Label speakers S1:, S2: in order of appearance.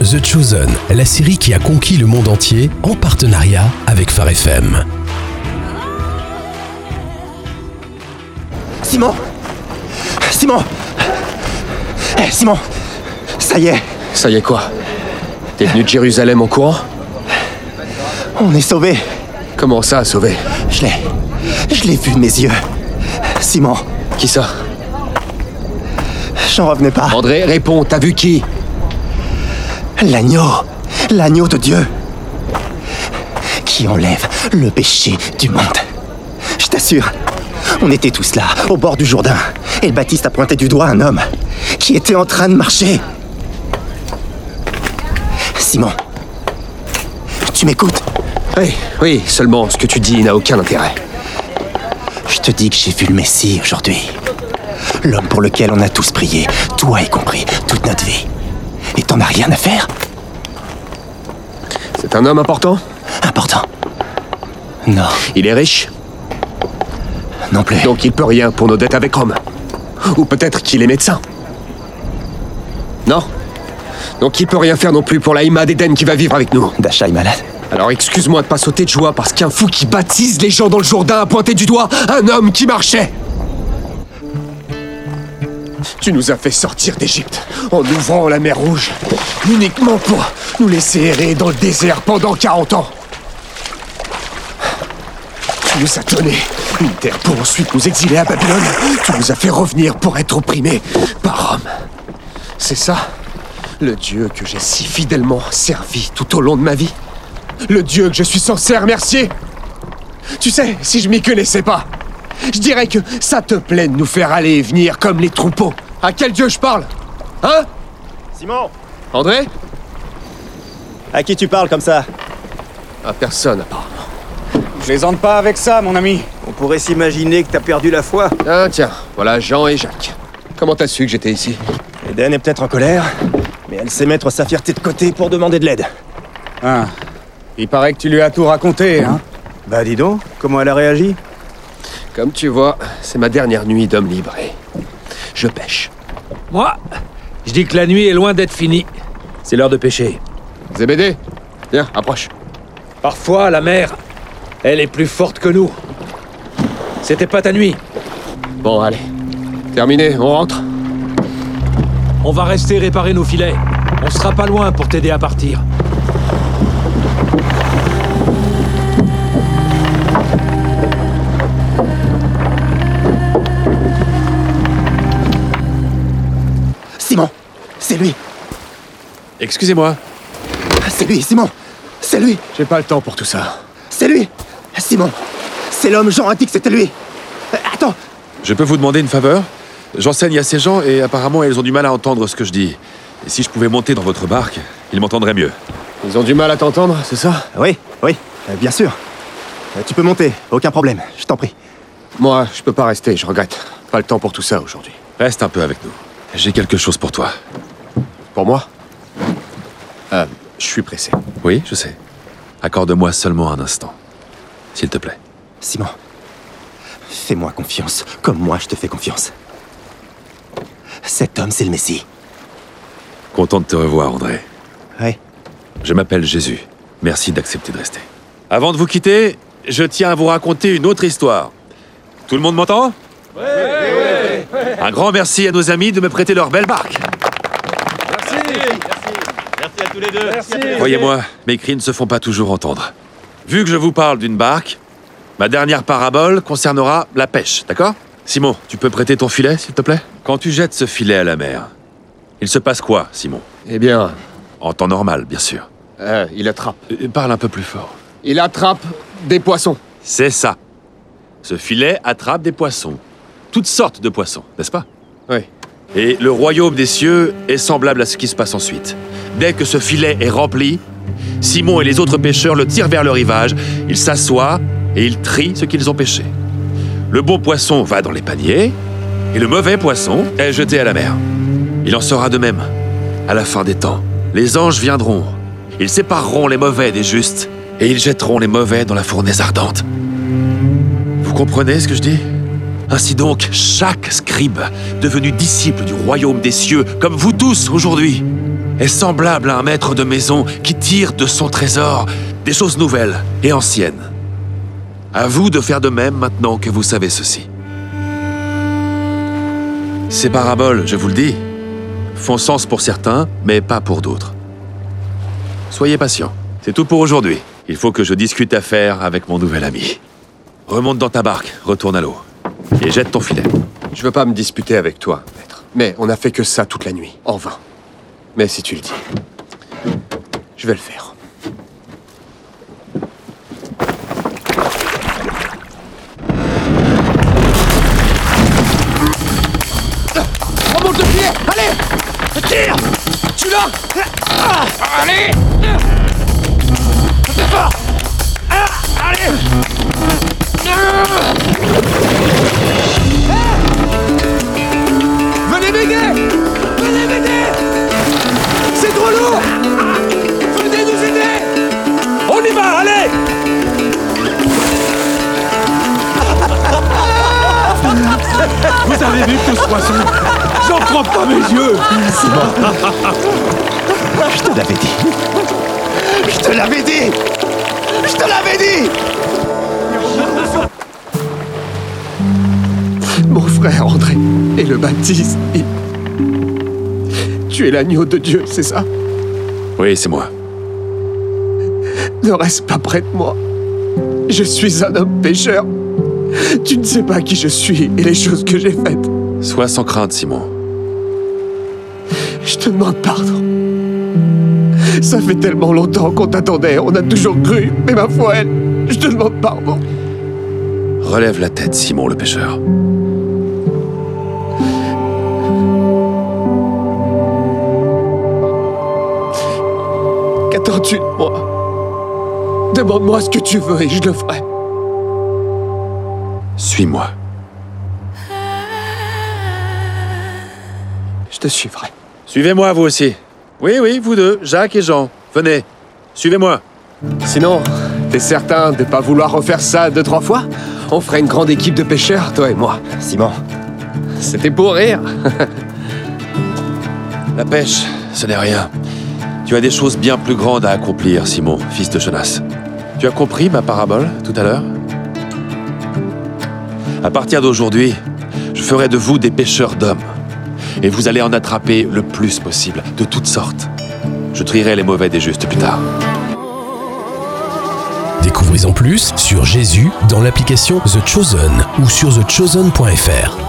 S1: The Chosen, la série qui a conquis le monde entier en partenariat avec Phare FM.
S2: Simon Simon Eh, Simon Ça y est,
S3: Ça y est quoi T'es venu de Jérusalem en courant
S2: on est sauvés.
S3: Comment ça, sauvé
S2: Je l'ai. Je l'ai vu de mes yeux. Simon,
S3: Qui ça
S2: j'en revenais pas.
S3: André, réponds, t'as vu qui
S2: L'agneau. L'agneau de Dieu. Qui enlève le péché du monde. Je t'assure, on était tous là, au bord du Jourdain. Et Baptiste a pointé du doigt un homme qui était en train de marcher. Simon, tu m'écoutes
S3: Oui, Eh, oui, seulement ce que tu dis n'a aucun intérêt.
S2: Je te dis que j'ai vu le Messie aujourd'hui. L'homme pour lequel on a tous prié, toi y compris, toute notre vie. Et t'en as rien à faire
S3: C'est un homme important
S2: Important. Non,
S3: Il est riche,
S2: non plus.
S3: donc il peut rien pour nos dettes avec Rome. Ou peut-être qu'il est médecin. Non Donc il peut rien faire non plus pour l'Aïma d'Éden qui va vivre avec nous.
S2: Dasha est malade.
S3: Alors excuse-moi de pas sauter de joie parce qu'un fou qui baptise les gens dans le Jourdain a pointé du doigt un homme qui marchait. Tu nous as fait sortir d'Égypte en ouvrant la mer Rouge, uniquement pour nous laisser errer dans le désert pendant 40 ans. Tu nous as donné une terre pour ensuite nous exiler à Babylone. Tu nous as fait revenir pour être opprimés par Rome. C'est ça, le Dieu que j'ai si fidèlement servi tout au long de ma vie le Dieu que je suis censé remercier. Tu sais, si je m'y connaissais pas, je dirais que ça te plaît de nous faire aller et venir comme les troupeaux. À quel Dieu je parle Hein
S2: Simon
S3: André
S2: À qui tu parles comme ça
S3: À Ah, personne, apparemment.
S4: Plaisante pas avec ça, mon ami.
S5: On pourrait s'imaginer que t'as perdu la foi.
S3: Ah, tiens, voilà Jean et Jacques. Comment t'as su que j'étais ici
S2: Eden est peut-être en colère, mais elle sait mettre sa fierté de côté pour demander de l'aide.
S4: Hein. Il paraît que tu lui as tout raconté, hein.
S5: Bah dis donc, comment elle a réagi
S3: Comme tu vois, c'est ma dernière nuit d'homme libre et je pêche.
S6: Moi, je dis que la nuit est loin d'être finie. C'est l'heure de pêcher.
S3: ZBD Viens, approche.
S6: Parfois, la mer, elle est plus forte que nous. C'était pas ta nuit.
S3: Bon, allez. Terminé, on rentre
S6: On va rester réparer nos filets. On sera pas loin pour t'aider à partir.
S2: Simon C'est lui
S3: Excusez-moi,
S2: C'est lui, Simon C'est lui
S3: j'ai pas le temps pour tout ça.
S2: C'est lui Simon C'est l'homme, Jean a dit que c'était lui Euh, Attends
S7: Je peux vous demander une faveur J'enseigne à ces gens et apparemment ils ont du mal à entendre ce que je dis. Et si je pouvais monter dans votre barque, ils m'entendraient mieux.
S3: Ils ont du mal à t'entendre, c'est ça
S2: Oui, oui, euh, bien sûr. Euh, Tu peux monter, aucun problème, je t'en prie.
S3: Moi, je peux pas rester, je regrette. Pas le temps pour tout ça aujourd'hui.
S7: Reste un peu avec nous. J'ai quelque chose pour toi.
S3: Pour moi Euh, Je suis pressé.
S7: Oui, je sais. Accorde-moi seulement un instant. S'il te plaît.
S2: Simon, fais-moi confiance, comme moi je te fais confiance. Cet homme, c'est le Messie.
S7: Content de te revoir, André.
S2: Ouais.
S7: Je m'appelle Jésus. Merci d'accepter de rester. Avant de vous quitter, je tiens à vous raconter une autre histoire. Tout le monde m'entend Un grand merci à nos amis de me prêter leur belle barque. Croyez-moi, mes cris ne se font pas toujours entendre. Vu que je vous parle d'une barque, ma dernière parabole concernera la pêche, d'accord Simon, tu peux prêter ton filet, s'il te plaît Quand tu jettes ce filet à la mer, il se passe quoi, Simon
S3: Eh bien,
S7: En temps normal, bien sûr.
S3: euh, il attrape.
S7: Euh, Parle un peu plus fort.
S3: Il attrape des poissons.
S7: C'est ça. Ce filet attrape des poissons. Toutes sortes de poissons, n'est-ce pas
S3: Oui.
S7: Et le royaume des cieux est semblable à ce qui se passe ensuite. Dès que ce filet est rempli, Simon et les autres pêcheurs le tirent vers le rivage, ils s'assoient et ils trient ce qu'ils ont pêché. Le bon poisson va dans les paniers et le mauvais poisson est jeté à la mer. Il en sera de même. À la fin des temps, les anges viendront. Ils sépareront les mauvais des justes et ils jetteront les mauvais dans la fournaise ardente. Vous comprenez ce que je dis ainsi donc, chaque scribe, devenu disciple du royaume des cieux, comme vous tous aujourd'hui, est semblable à un maître de maison qui tire de son trésor des choses nouvelles et anciennes. À vous de faire de même maintenant que vous savez ceci. Ces paraboles, je vous le dis, font sens pour certains, mais pas pour d'autres. Soyez patient. C'est tout pour aujourd'hui. Il faut que je discute affaires avec mon nouvel ami. Remonte dans ta barque, retourne à l'eau. Et jette ton filet.
S3: Je veux pas me disputer avec toi, maître. Mais on n'a fait que ça toute la nuit, en vain. Mais si tu le dis, je vais le faire.
S2: Remonte le pied Allez Tire Tu l'as Ah, Allez Plus fort Ah, Allez Ah Venez m'aider Venez m'aider C'est trop lourd Venez nous aider On y va, allez Je te l'avais dit Je te l'avais dit Je te l'avais dit
S3: Mon frère André et le baptiste, il- Tu es l'agneau de Dieu, c'est ça
S7: Oui, c'est moi.
S3: Ne reste pas près de moi. Je suis un homme pécheur. Tu ne sais pas qui je suis et les choses que j'ai faites.
S7: Sois sans crainte, Simon.
S3: Je te demande pardon. Ça fait tellement longtemps qu'on t'attendait, on a toujours cru, mais ma foi, elle, je te demande pardon.
S7: Relève la tête, Simon le pêcheur.
S3: Qu'attends-tu de moi Demande-moi ce que tu veux et je le ferai.
S7: Suis-moi.
S3: Je te suivrai.
S7: Suivez-moi, vous aussi. Oui, oui, vous deux, Jacques et Jean. Venez, suivez-moi.
S3: Sinon, t'es certain de pas vouloir refaire ça deux, trois fois On ferait une grande équipe de pêcheurs, toi et moi.
S2: Simon,
S3: C'était pour rire.
S7: La pêche, ce n'est rien. Tu as des choses bien plus grandes à accomplir, Simon, fils de Jonas. Tu as compris ma parabole tout à l'heure À partir d'aujourd'hui, je ferai de vous des pêcheurs d'hommes. Et vous allez en attraper le plus possible, de toutes sortes. Je trierai les mauvais des justes plus tard.
S1: Découvrez en plus sur Jésus dans l'application The Chosen ou sur thechosen.fr.